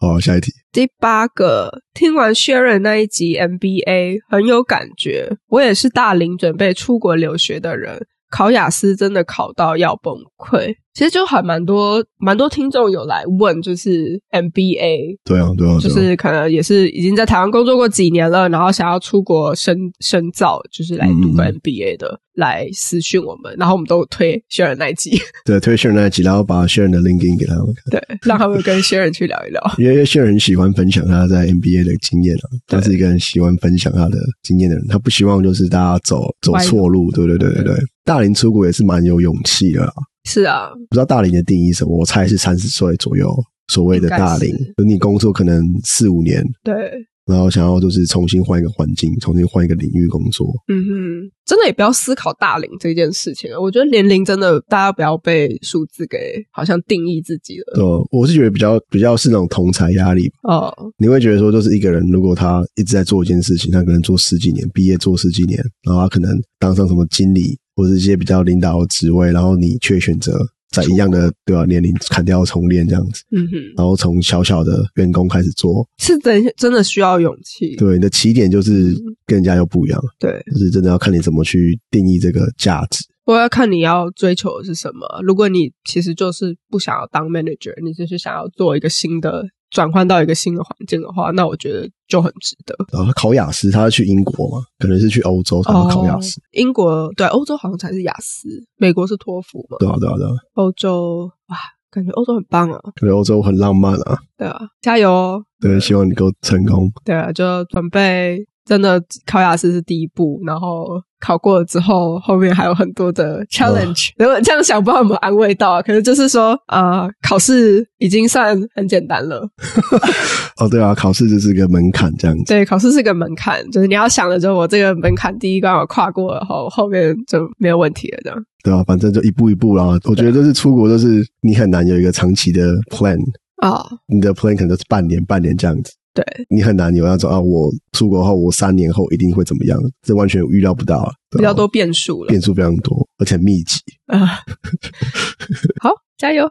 A: 好，下一题。
B: 第八个，听完 Sharon 那一集 MBA 很有感觉。我也是大龄准备出国留学的人，考雅思真的考到要崩溃。其实就还蛮多蛮多听众有来问，就是 MBA，
A: 对啊，对啊，
B: 就
A: 对啊
B: 是可能也是已经在台湾工作过几年了，然后想要出国深深造，就是来读个
A: 嗯
B: MBA 的，来私讯我们，然后我们都推 Sharon 那一集，
A: 对，推 Sharon 那一集，然后把 Sharon 的 LinkedIn 给他们看，
B: 对，让他们跟 Sharon 去聊一聊。
A: 因为因为 Sharon 很喜欢分享他在 NBA 的经验啊，他是一个很喜欢分享他的经验的人，他不希望就是大家走走
B: 歪路嗯
A: 错路，对对对对对。大龄出国也是蛮有勇气的啦，
B: 是啊，
A: 不知道大龄的定义是什么，我猜是三十岁左右所谓的大龄
B: 应该是，
A: 就你工作可能四五年，
B: 对。
A: 然后想要就是重新换一个环境，重新换一个领域工作，
B: 嗯哼，真的也不要思考大龄这件事情了。啊我觉得年龄真的，大家不要被数字给好像定义自己了。
A: 对，我是觉得比较比较是那种同才压力吧
B: 哦，
A: 你会觉得说，就是一个人如果他一直在做一件事情，他可能做十几年，毕业做十几年，然后他可能当上什么经理或者一些比较领导的职位，然后你却选择在一样的对吧、年龄砍掉重练这样子，
B: 嗯哼，
A: 然后从小小的员工开始做，
B: 是真真的需要勇气。
A: 对，你的起点就是跟人家又不一样，
B: 对，
A: 就是真的要看你怎么去定义这个价值。
B: 我要看你要追求的是什么。如果你其实就是不想要当 manager，你只是想要做一个新的转换到一个新的环境的话，那我觉得就很值得。
A: 然后他考雅思，他去英国嘛，可能是去欧洲，他要考雅思，
B: 哦英国对欧洲好像才是雅思，美国是托福嘛，
A: 对啊，对啊，对啊，
B: 欧洲哇，感觉欧洲很棒啊，
A: 可能欧洲很浪漫啊，
B: 对啊，加油哦！
A: 对，希望你够成功。
B: 对啊，就准备真的考雅思是第一步，然后考过了之后，后面还有很多的 challenge。如果这样想，不知道有没有安慰到啊？可是就是说，啊，考试已经算很简单了，
A: 哦，对啊，考试就是个门槛这样子。
B: 对，考试是个门槛，就是你要想着，就我这个门槛第一关我跨过了后，后面就没有问题了。这样，
A: 对啊，反正就一步一步啦。我觉得就是出国，就是你很难有一个长期的 plan，
B: 啊，
A: 你的 plan 可能都是半年、半年这样子。
B: 对，
A: 你很难有那种啊，我出国后我三年后一定会怎么样，这完全预料不到啊。对啊
B: 比较多变数了
A: 变数非常多，而且密集。
B: 啊。 好，加油！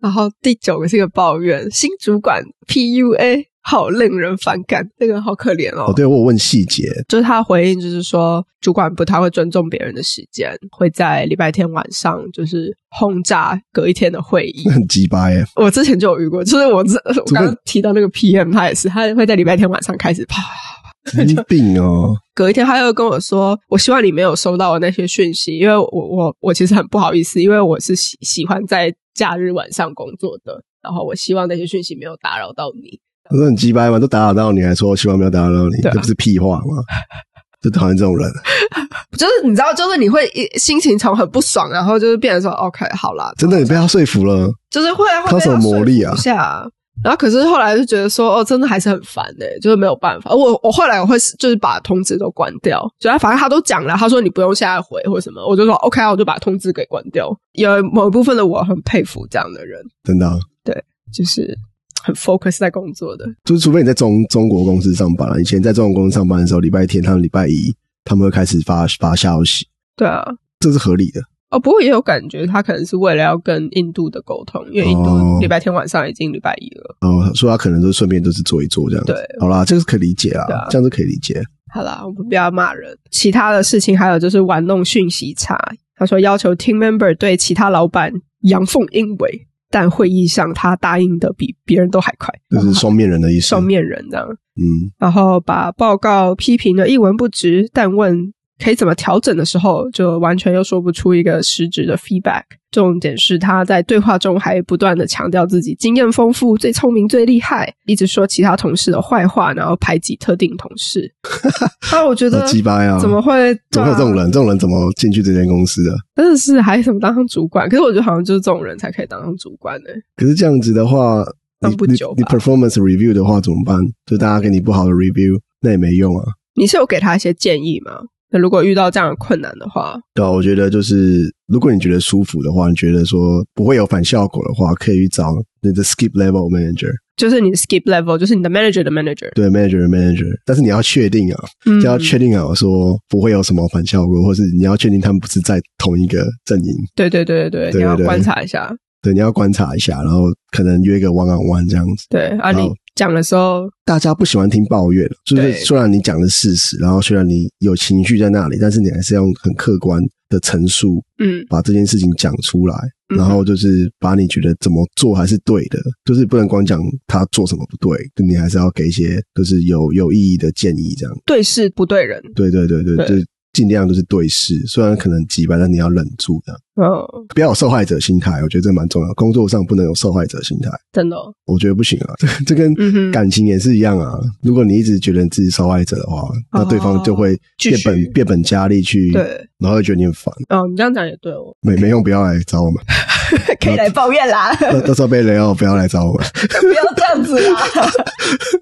B: 然后第九个是一个抱怨，新主管 PUA 好令人反感，那个好可怜
A: 哦，对我有问细节，。
B: 就是他回应，就是说主管不太会尊重别人的时间，会在礼拜天晚上就是轰炸隔一天的会议
A: 很鸡啊巴 耶。
B: 我之前就有遇过，就是我这我
A: 主管
B: 刚刚提到那个 PM，他也是，他会在礼拜天晚上开始啪。
A: 神经病哦，
B: 隔一天，他又跟我说：“我希望你没有收到我那些讯息，因为我我我其实很不好意思，因为我是喜喜欢在假日晚上工作的，然后我希望那些讯息没有打扰到你。”
A: 我说很鸡巴嘛，都打扰到你，还说希望不要打扰到你，
B: 对啊
A: 这不是屁话吗？就讨厌这种人。
B: 就是你知道，就是你会一心情从很不爽，然后就是变成说：“OK，好啦，
A: 真的，你被他说服了，
B: 就是会啊，会
A: 他有什么魔力啊
B: 不下、然后可是后来就觉得说，哦，真的还是很烦哎、就是没有办法。我我后来我会就是把通知都关掉，就他反正他都讲了，他说你不用现在回或什么，我就说 OK 啊，我就把通知给关掉。有某一部分的我很佩服这样的人，
A: 真的啊、
B: 就是很 focus 在工作的。
A: 就是除非你在中中国公司上班啊了，以前在中国公司上班的时候，礼拜天他们礼拜一他们会开始发发消息，
B: 对啊，
A: 这是合理的。
B: 哦，不过也有感觉他可能是为了要跟印度的沟通，因为印
A: 哦
B: 度礼拜天晚上已经礼拜一了。
A: 然后哦说他可能就顺便就是做一做这样子。
B: 对，
A: 好啦，这个是可以理解啦，
B: 对啊
A: 这样是可以理解。
B: 好啦，我们不要骂人。其他的事情还有就是玩弄讯息差。他说要求 team member 对其他老板阳奉阴违，但会议上他答应的比别人都还快，
A: 就是双面人的意思。
B: 双面人这样。
A: 嗯，
B: 然后把报告批评的一文不值，但问可以怎么调整的时候，就完全又说不出一个实质的 feedback。重点是他在对话中还不断的强调自己经验丰富、最聪明、最厉害，一直说其他同事的坏话，然后排挤特定同事。 那我觉得
A: 好鸡巴呀！
B: 怎么？会啊
A: 怎么会有这种？人？这种人怎么进去这间公司的？
B: 真的是还什么当上主管？可是我觉得好像就是这种人才可以当上主管呢、
A: 可是这样子的话，你
B: 算不
A: 你
B: 久
A: 你
B: 吧。
A: performance review 的话怎么办？就大家给你不好的 review，那也没用啊。
B: 你是有给他一些建议吗？那如果遇到这样的困难的话，
A: 对啊，我觉得就是如果你觉得舒服的话，你觉得说不会有反效果的话，可以去找你的 skip level manager，
B: 就是你 skip level，就是你的 manager 的 manager，
A: 对 manager 的 manager，但是你要确定啊，
B: 嗯
A: 就要确定好说不会有什么反效果，或是你要确定他们不是在同一个阵营。
B: 对对对对对，
A: 对
B: 你要
A: 对对
B: 观察一下。
A: 对，你要观察一下，然后可能约个 one on one 这样子。
B: 对
A: 好
B: 啊，你讲的时候，
A: 大家不喜欢听抱怨，啊就是
B: 对
A: 虽然你讲的事实，然后虽然你有情绪在那里，但是你还是要用很客观的陈述
B: 嗯，
A: 把这件事情讲出来，
B: 嗯
A: 然后就是把你觉得怎么做还是对的，就是不能光讲他做什么不对，就你还是要给一些就是有有意义的建议这样。
B: 对事不对人，
A: 对对对对，
B: 对
A: 就是尽量就是对事，虽然可能几百，但你要忍住这样，
B: 嗯，
A: 不要有受害者心态，我觉得这蛮重要。工作上不能有受害者心态。
B: 真的哦、
A: 我觉得不行啊，这 这
B: 嗯哼
A: 跟感情也是一样啊。如果你一直觉得你自己受害者的话，那对方就会
B: 哦继
A: 变
B: 续
A: 本变本加厉去，
B: 对，
A: 然后会觉得你很烦，
B: 哦，你这样讲也 对哦，
A: 没没用，不要来找 我们，
B: 可以来抱怨 啦，
A: 到到时候被雷哦，不要来找我们，
B: 不要这样子啦。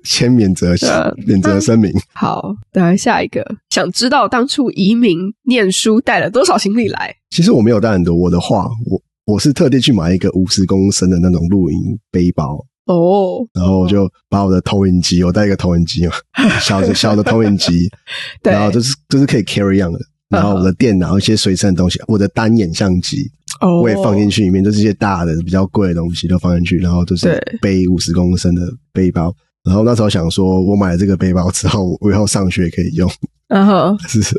A: 先免责
B: 啊
A: 免责声明。
B: 好，来下一个，想知道当初移民念书带了多少行李来？
A: 其实我没有带很多，我的话，我我是特地去买一个五十公升的那种露营背包，
B: 哦，
A: 然后我就把我的投影机，我带一个投影 机嘛，小的小的投影机，
B: 对嗯
A: 然后就是就是可以 carry on 的，然后我的电脑一些随身的东西，我的单眼相机。
B: 哦，
A: 我也放进去，里面就是一些大的、比较贵的东西都放进去，然后就是
B: 对
A: 背五十公升的背包。然后那时候想说，我买了这个背包之后， 我以后上学可以用，
B: 嗯哼，
A: 但是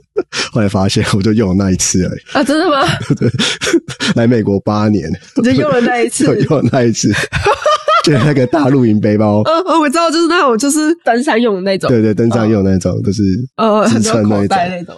A: 后来发现我就用了那一次而已。
B: 啊，真的吗？
A: 对，来美国八年，
B: 你就用了那一次
A: 就。用了那一 次，就是那个大露营背包，
B: 嗯，呃我知道，就是那种就是登山用的那种，
A: 对对，登
B: 嗯
A: 山用那种，就是
B: 呃，很
A: 支
B: 多
A: 撑那
B: 口
A: 一种
B: 袋，那种，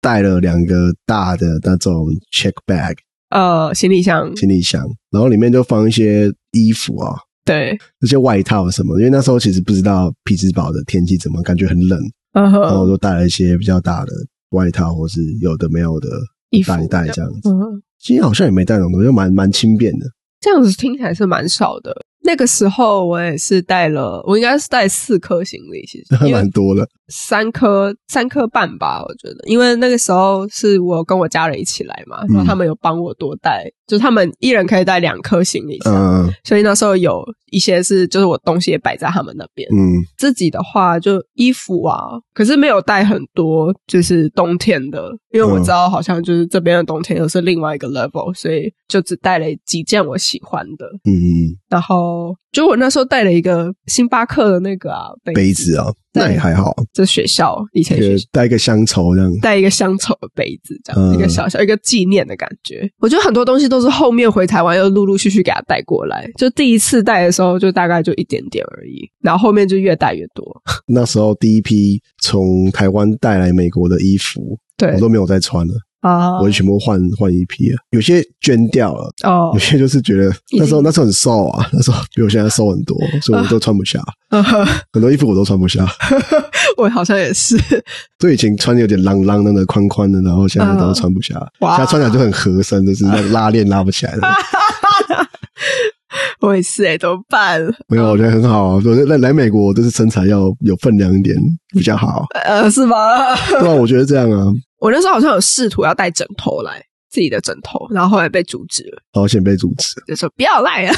A: 带了两个大的那种 check bag
B: 呃，行李箱，
A: 行李箱，然后里面就放一些衣服啊，
B: 对，
A: 这些外套什么的，因为那时候其实不知道匹兹堡的天气怎么，感觉很冷，
B: 嗯
A: 然后我
B: 哼，
A: 就带了一些比较大的外套，或是有的没有的
B: 衣服
A: 带一带这样子。
B: 嗯哼，
A: 今天好像也没带那种东西，就蛮蛮轻便的。
B: 这样子听起来是蛮少的。那个时候我也是带了，我应该是带四颗行李，其 实
A: 还
B: 因为
A: 蛮多的，
B: 三颗三颗半吧，我觉得，因为那个时候是我跟我家人一起来嘛，
A: 嗯
B: 然后他们有帮我多带，就他们一人可以带两颗行李箱，
A: 嗯
B: 所以那时候有一些是就是我东西也摆在他们那边。
A: 嗯，
B: 自己的话就衣服啊，可是没有带很多，就是冬天的，因为我
A: 嗯
B: 知道好像就是这边的冬天又是另外一个 level，所以就只带了几件我喜欢的。
A: 嗯嗯，
B: 然后就我那时候带了一个星巴克的那个啊
A: 杯，子啊，那也还好，
B: 这学校以前
A: 一
B: 学
A: 个
B: 校。
A: 带一个乡愁这样。
B: 带一个乡愁的杯子，这样、
A: 嗯
B: 一个小小一个纪念的感觉。我觉得很多东西都是后面回台湾又陆陆续续给他带过来，就第一次带的时候就大概就一点点而已，然后后面就越带越多。
A: 那时候第一批从台湾带来美国的衣服，
B: 对
A: 我都没有再穿了，
B: 啊，
A: 我就全部换换一批了，有些捐掉了。
B: 哦
A: 有，些就是觉得
B: 已经
A: 那时候那时候很瘦啊， 那时候比我现在瘦很多，所以我都穿不下，
B: 嗯
A: 很多衣服我都穿不下。
B: 我好像也 是，
A: 所以以前穿有点浪浪的、宽宽的，然后现在都穿不下，
B: 哇
A: 现在穿起来就很合身，就是 那个拉链拉不起来的。
B: 我也是哎、怎么办？
A: 没有，我觉得很好啊。我觉得来来美国就是身材要有分量一点
B: 嗯
A: 比较好，
B: 呃，是吗？
A: 对啊，我觉得这样啊，
B: 我那时候好像有试图要带枕头来，自己的枕头，然后后来被阻止了，
A: 保险被阻 止。
B: 就说不要来啊。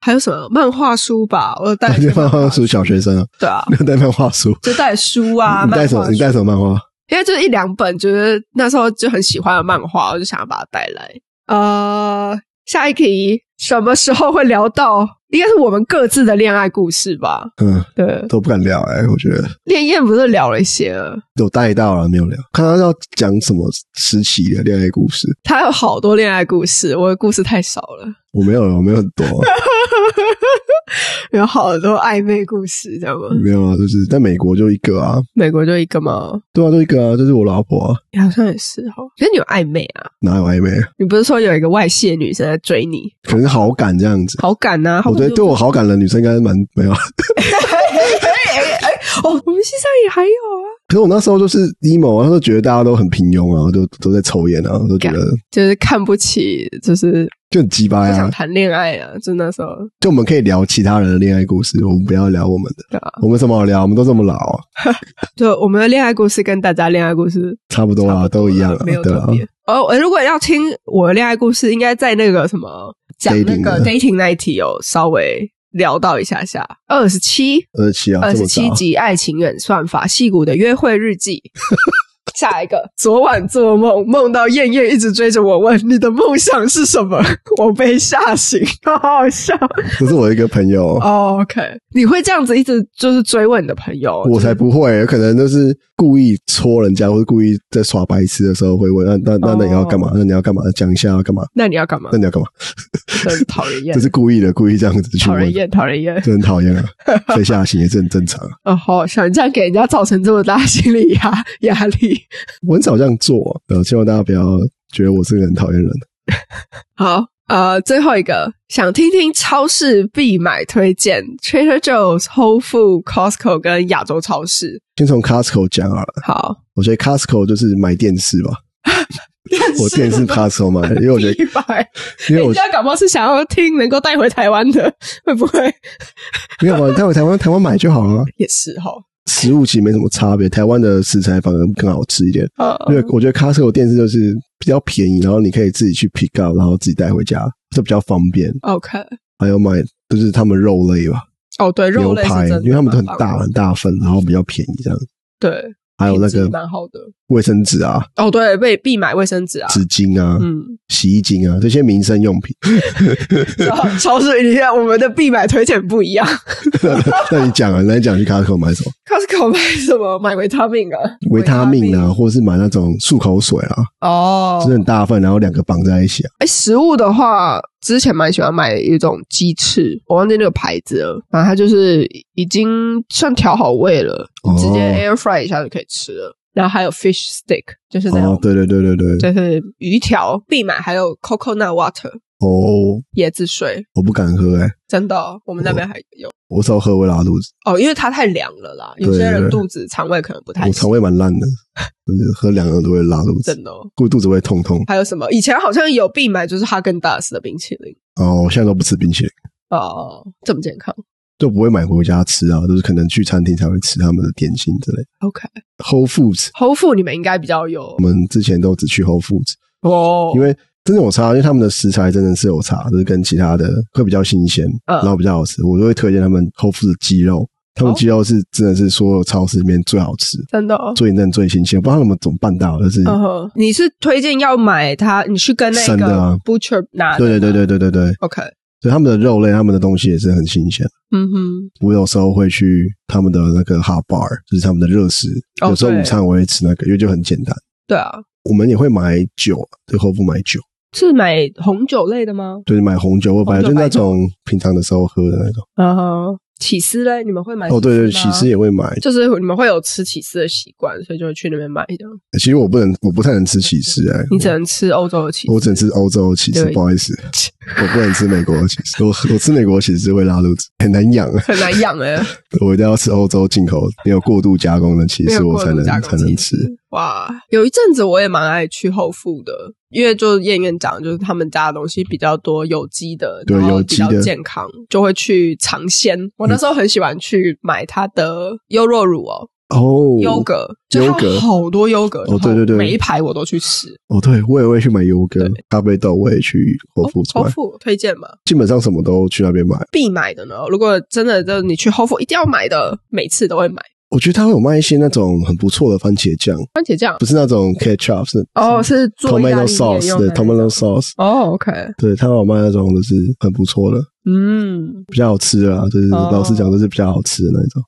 B: 还有什么漫画书吧？我有带
A: 你啊漫画书小学 生啊，
B: 对啊，
A: 没有带漫画书，
B: 就带书啊，
A: 你带什
B: 漫
A: 么？
B: 画
A: 你
B: 书
A: 带什么漫画？
B: 因为就是一两本，觉得那时候就很喜欢的漫画，我就想要把它带来。呃，下一题，什么时候会聊到？应该是我们各自的恋爱故事吧？
A: 嗯，
B: 对，
A: 都不敢聊哎、我觉得
B: 恋艳不是聊了一些了，
A: 有带到了没有聊？看他要讲什么时期的恋爱故事。
B: 他有好多恋爱故事，我的故事太少了，
A: 我没有，我没有很多，啊
B: 有好多暧昧故事，知道吗？
A: 没有啊，就是在美国就一个啊，
B: 美国就一个吗？
A: 对啊，就一个啊，就是我老婆啊，
B: 你好像也是哦。可是你有暧昧啊？
A: 哪有暧昧？
B: 你不是说有一个外泄女生在追你，
A: 可能是好感这样子。
B: 好感呐、啊？好
A: 我
B: 感
A: 觉得
B: 就
A: 对我好感的女生应该蛮没有，啊
B: 哦，我们西上也还有啊，
A: 可是我那时候就是 emo，然后就觉得大家都很平庸啊，我就都在抽烟啊，我都觉得
B: 就是看不起，就是
A: 就很鸡巴
B: 不
A: 呀
B: 想。谈恋爱啊，就那时候
A: 就我们可以聊其他人的恋爱故事，我们不要聊我们的。
B: 对啊，
A: 我们什么好聊？我们都这么老啊，
B: 就我们的恋爱故事跟大家恋爱故事
A: 差不多
B: 差
A: 啊，
B: 不
A: 都一样
B: 了
A: 了，
B: 没有
A: 对
B: 特
A: 啊。
B: 别。哦，我如果要听我的恋爱故事，应该在那个什么讲那
A: Dating
B: 个
A: 的
B: dating 那一题有稍微聊到一下下，二十七
A: 二十七啊，
B: 二
A: 这
B: 十
A: 么早
B: 七，集《爱情演算法》戏骨的约会日 记。下一个，昨晚做梦，梦到燕燕一直追着我问你的梦想是什么， 我被吓醒，好好笑。
A: 这是我一个朋友，啊
B: 哦 OK，你会这样子一直就是追问你的朋友？
A: 我才
B: 哦就是
A: 不会，可能就是故意戳人家，或者故意在耍白痴的时候会问，那那那那你要
B: 哦
A: 干嘛？那你要干嘛？讲一下要干嘛？
B: 那你 要干嘛
A: 那？你要干嘛？
B: 真讨人厌
A: 这，是故意的，故意这样子去
B: 讨人
A: 问，
B: 厌，讨人厌。
A: 就很讨 厌啊。被吓醒也是很正常啊，
B: 哦，好好笑！你这样给人家造成这么大的心理压压力。
A: 我很少这样做啊，呃，希望大家不要觉得我是个很讨厌人。
B: 好，呃，最后一个想听听超市必买推荐：Trader Joe's、Whole Food、Costco 跟亚洲超市。
A: 先从 Costco 讲好了，
B: 好，
A: 我觉得 Costco 就是买电视吧，我电视 Costco 买的，因为 我觉得，
B: 必买，
A: 因为我
B: 人家搞不好是想要听能够带回台湾的，会不会？
A: 没有嘛，带回台湾台湾买就好了啊。
B: 也是哈，
A: 食物其实没什么差别，台湾的食材反而更好吃一点。因为
B: 呃，
A: 我觉得 Costco 电视就是比较便宜，然后你可以自己去 pick up，然后自己带回家，这比较方便。
B: 哦 OK，
A: 还有买就是他们肉类吧，
B: 哦，对，肉
A: 牛
B: 类是
A: 排
B: 真的，
A: 因为他们都很
B: 蛮
A: 大
B: 棒的，
A: 很大份，然后比较便宜这样。
B: 对，
A: 还有那
B: 品质
A: 个
B: 蛮好的。
A: 卫生纸啊、
B: 哦，对，被必买卫生纸啊，
A: 纸巾啊、
B: 嗯，
A: 洗衣精啊这些民生用品，
B: 超超市，你看我们的必买推荐不一样。
A: 那你讲啊，那你讲去 Costco 买什么？
B: Costco 买什么？买维他命啊，
A: 维他命啊，或是买那种漱口水啊，
B: 哦
A: 就是很大份，然后两个绑在一起啊。
B: 哎、食物的话，之前蛮喜欢买一种鸡翅，我忘记那个牌子了，反正它就是已经算调好味了，
A: 哦
B: 直接 air fry 一下就可以吃了。然后还有 fish stick，就是那种、
A: 哦，对对对对对，
B: 就是鱼条必买，还有 coconut water
A: 哦，
B: 椰子水，
A: 我不敢喝哎、
B: 真的、哦我们那
A: 哦
B: 边还有
A: 我只要喝会拉肚子，
B: 哦，因为它太凉了啦，有
A: 对
B: 些
A: 对
B: 人
A: 对
B: 肚子肠胃可能不太
A: 我肠
B: 行，
A: 胃蛮烂的，就是喝两个都会拉肚子，
B: 真的、哦。
A: 过肚子会痛痛。
B: 还有什么？以前好像有必买，就是哈根达斯的冰淇淋
A: 哦，我现在都不吃冰淇淋，
B: 哦，这么健康。
A: 就不会买回家吃啊，就是可能去餐厅才会吃他们的点心之类。
B: OK，
A: Whole Foods，
B: 侯父你们应该比较有
A: 我们之前都只去 Whole Foods，
B: 哦，
A: 因为真的有差，因为他们的食材真的是有差，就是跟其他的会比较新鲜，
B: 嗯
A: 然后比较好吃。我就会推荐他们 Whole Foods 的鸡肉，他们
B: 哦
A: 鸡肉是真的是所有超市里面最好吃、
B: 真的、哦。
A: 最嫩、最新鲜。不知道他们怎么办到的，就是
B: 嗯哼，你是推荐要买它？你去跟那
A: 生的啊
B: 个 butcher 拿的
A: 对对对对对对对，
B: ，OK，
A: 所以他们的肉类、他们的东西也是很新鲜。
B: 嗯哼，
A: 我有时候会去他们的那个 hot bar，就是他们的热食。
B: 哦
A: 有时候
B: 对
A: 午餐我会吃那个，因为就很简单。
B: 对啊，
A: 我们也会买酒，啊对后不买酒，
B: 是买红酒类的吗？
A: 对，买红酒或白酒，
B: 红
A: 就
B: 酒
A: 那种平常的时候喝的那种。
B: 嗯哼，起司嘞，你们会买？
A: 哦，对对，起司。也会买。
B: 就是你们会有吃起司的习惯，所以就会去那边买的。
A: 其实我不能，我不太能吃起司哎、
B: 你只能吃欧洲的起司，
A: 我只能吃欧洲的起司，
B: 对
A: 不好 意思，我不能吃美国的起司。我我吃美国的起司会拉肚子，很难养啊。
B: 很难养哎、
A: 我一定要吃欧洲进口没有过度加工的起
B: 没
A: 司，
B: 有
A: 我
B: 过
A: 才
B: 度
A: 能
B: 加
A: 才
B: 工
A: 能
B: 其
A: 吃
B: 实。哇，有一阵子我也蛮爱去后付的，因为就是燕燕讲，就是他们家的东西比较多有机的，
A: 对
B: 然后
A: 有
B: 比
A: 机
B: 较
A: 的嗯
B: 健康，就会去尝鲜。我那时候很喜欢去买它的优酪乳哦，
A: 哦，
B: 优格，就它
A: 优格
B: 好多优格，
A: 哦
B: 然后
A: 对对对
B: 每一排我都去吃。
A: 哦，对，我也会去买优格、咖啡豆，我也去
B: 哦
A: 国富
B: 后
A: 买，
B: 付推荐嘛，
A: 基本上什么都去那边买。
B: 必买的呢。如果真的就是你去后付一定要买的，每次都会买
A: 我觉得他会有卖一些那种很不错的番茄酱，
B: 番茄酱
A: 不。是那种 ketchup，是
B: 啊哦，是做意大
A: 嗯 tomato
B: 利面
A: sauce，
B: 用
A: 对
B: 的那种。
A: tomato sauce，
B: 哦，OK，
A: 对，他有卖那种就是很不错的，
B: 嗯，
A: 比较好吃的啊，就是
B: 哦
A: 老实讲，就是比较好吃的那一种，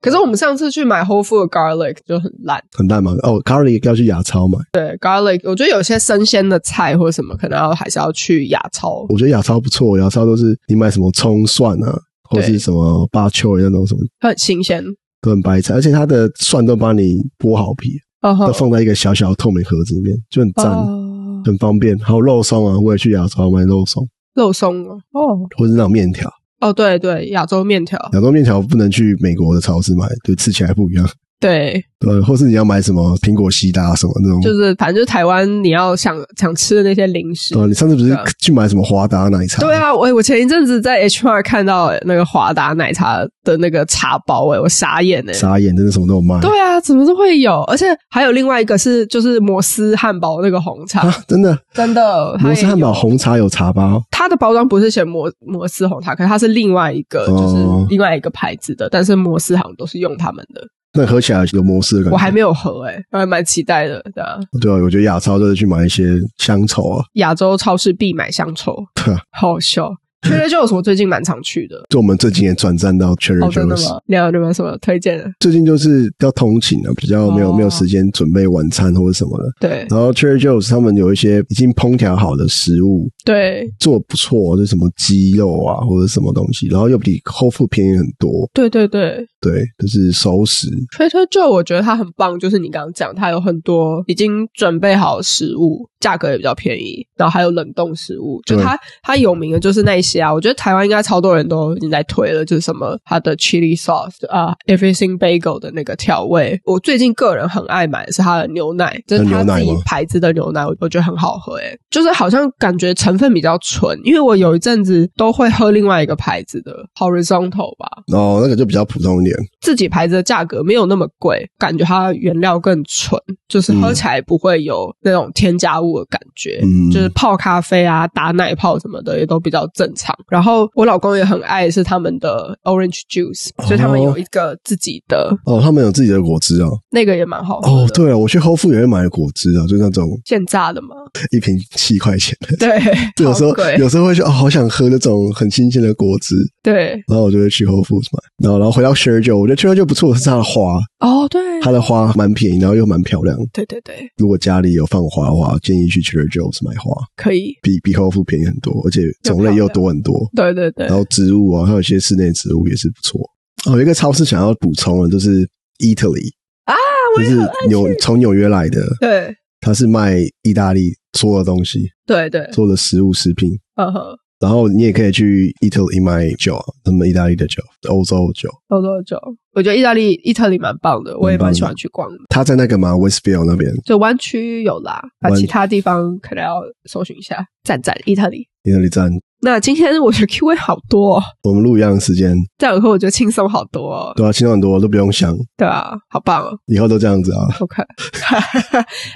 B: 可是我们上次去买 Whole Food 的 garlic 就很烂，
A: 很烂嘛。哦，garlic 要去亚超买，
B: 对 garlic，我觉得有些生鲜的菜或者什么，可能要还是要去亚超。
A: 我觉得亚超不错，亚超都是你买什么葱蒜啊，或
B: 对
A: 是什么巴秋那种什么
B: 它很新鲜。
A: 炖白菜，而且它的蒜都帮你剥好皮，
B: 哦
A: 都放在一个小小的透明盒子里面，就很赞。
B: 哦，
A: 很方便，还有肉松啊，我也去亚超买肉松，
B: 肉松哦，哦
A: 或是那种面条。
B: 哦，对对，亚洲面条，
A: 亚洲面条不能去美国的超市买，就吃起来不一样。
B: 对，
A: 对，或是你要买什么苹果西达什么那种，
B: 就是反正就是台湾你要想想吃的那些零食。
A: 对，你上次不是
B: 对啊
A: 去买什么华达奶茶？
B: 对，啊，我我前一阵子在 HR 看到那个华达奶茶的那个茶包、哎，我傻眼哎、
A: 傻眼，真的什么都有卖。
B: 对啊，怎么都会有，而且还有另外一个是就是摩斯汉堡那个红茶，
A: 啊，真的，
B: 真的它
A: 摩
B: 也
A: 斯汉堡
B: 有
A: 红茶有茶包，
B: 它的包装不是写摩摩斯红茶，可是它是另外一个，
A: 哦
B: 就是另外一个牌子的，但是摩斯好像都是用他们的。
A: 那合起来有摩斯的感觉。
B: 我还没有喝哎、我还蛮期待的。对啊，
A: 对啊，我觉得亚超就是去买一些乡愁啊，
B: 亚洲超市必买香臭，
A: 对啊
B: 好笑。缺缺就有什么最近蛮常去的，
A: 就我们最近也转战到确认
B: 哦，真
A: 就
B: 的
A: 是
B: 吗？你有你有没有什么推荐的？
A: 最近就是要通勤了，比较没有
B: 哦
A: 没有时间准备晚餐或者什么的。
B: 对
A: 然后 Trader Joe's 他们有一些已经烹调好的食物，
B: 对
A: 做得不错，就什么鸡肉啊或者什么东西，然后又比 Whole Food 便宜很多。
B: 对对对，
A: 对，就是熟食，
B: 推推就我觉得它很棒，就是你刚刚讲，它有很多已经准备好的食物，价格也比较便宜，然后还有冷冻食物，就
A: 对
B: 它它有名的就是那一些啊。我觉得台湾应该超多人都已经在推了，就是什么它的 chili sauce 啊、e v e r y t h i n g bagel 的那个调味。我最近个人很爱买的是它的牛奶，就是它
A: 牛奶
B: 自己
A: 吗
B: 牌子的牛奶，我我觉得很好喝诶、哎就是好像感觉成分比较纯，因为我有一阵子都会喝另外一个牌子的 horizontal 吧，
A: 然后哦那个就比较普通一点。
B: 自己牌子的价格没有那么贵，感觉它原料更纯，就是喝起来不会有那种添加物的感觉，
A: 嗯
B: 就是泡咖啡啊、打奶泡什么的也都比较正常。然后我老公也很爱是他们的 orange juice，、所以他们有一个自己的
A: 哦，他们有自己的果汁哦。
B: 那个也蛮好喝
A: 哦
B: 的，，
A: 对了，我去 Whole Food 也会买果汁啊，就那种
B: 现榨的嘛，
A: 一瓶七块钱的。
B: 对，
A: 有时候
B: 好贵
A: 有时候会去哦，好想喝那种很新鲜的果汁，
B: 对
A: 然后我就会去 Whole Foods 买。然后然后回到 Share 酒，我觉得 Share 酒不错，是它的花，
B: 哦， 对，
A: 它的花蛮便宜，然后又蛮漂亮。
B: 对对对，
A: 如果家里有放花的话，建议去 Trader Joe's 买花，
B: 可以，
A: 比比 Whole Foods 便宜很多，而且种类又多很多。
B: 对对对
A: 然，后植物啊，还有一些室内植物也是不错。哦，有一个超市想要补充的，就是 Italy
B: 啊，
A: 就
B: 我也
A: 是
B: 很爱去
A: 纽从纽约来的，
B: 对
A: 它是卖意大利做的东西，
B: 对对，
A: 做的食物食品。
B: 嗯哼，
A: 然后你也可以去 Italy 买酒啊，他们意大利的酒，欧洲酒。
B: 多多久？我觉得意大利意大利蛮棒的，我也
A: 蛮棒
B: 蛮
A: 的
B: 喜欢去逛的。
A: 他在那个嘛 Westville 那边
B: 就湾区有啦，那
A: 湾
B: 其他地方可能要搜寻一下。赞赞，意大利。
A: ，Italy 站，
B: 那今天我觉得 Q&A 好多、哦，
A: 我们录一样的时间，
B: 这样以后我觉得轻松好多、哦，
A: 对啊，轻松很多，都不用想，
B: 对啊，好棒哦
A: 以后都这样子啊。
B: ，OK。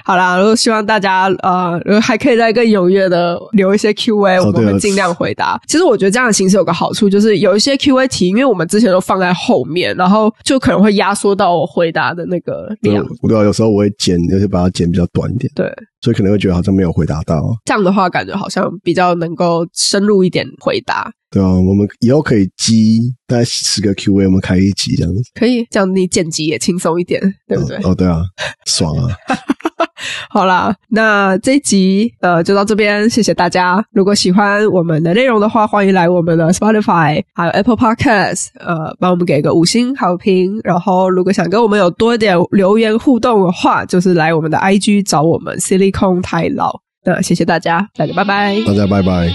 B: 好啦，如果希望大家呃，如果还可以再更踊跃的留一些 Q&A，、
A: 哦
B: 我们
A: 对
B: 会
A: 了
B: 尽量回答。其实我觉得这样的形式有个好处，就是有一些 Q&A 题，因为我们之前都放在后面，然后就可能会压缩到我回答的那个
A: 对
B: 量。，
A: 我对啊，有时候我会剪，而且把它剪比较短一点，
B: 对，
A: 所以可能会觉得好像没有回答到，啊
B: 这样的话感觉好像比较能够深入一点回答。
A: 对啊，我们以后可以积大概十个 Q&A，我们开一集这样子，
B: 可以，这样你剪辑也轻松一点，对不对？
A: 哦，哦对啊，爽啊，
B: 好啦，那这一集呃就到这边，谢谢大家。如果喜欢我们的内容的话，欢迎来我们的 Spotify 还有 Apple Podcast，呃，帮我们给个五星好评。然后，如果想跟我们有多一点留言互动的话，就是来我们的 IG 找我们 Silicon 太老。那谢谢大家，大家拜拜。
A: 大家拜拜。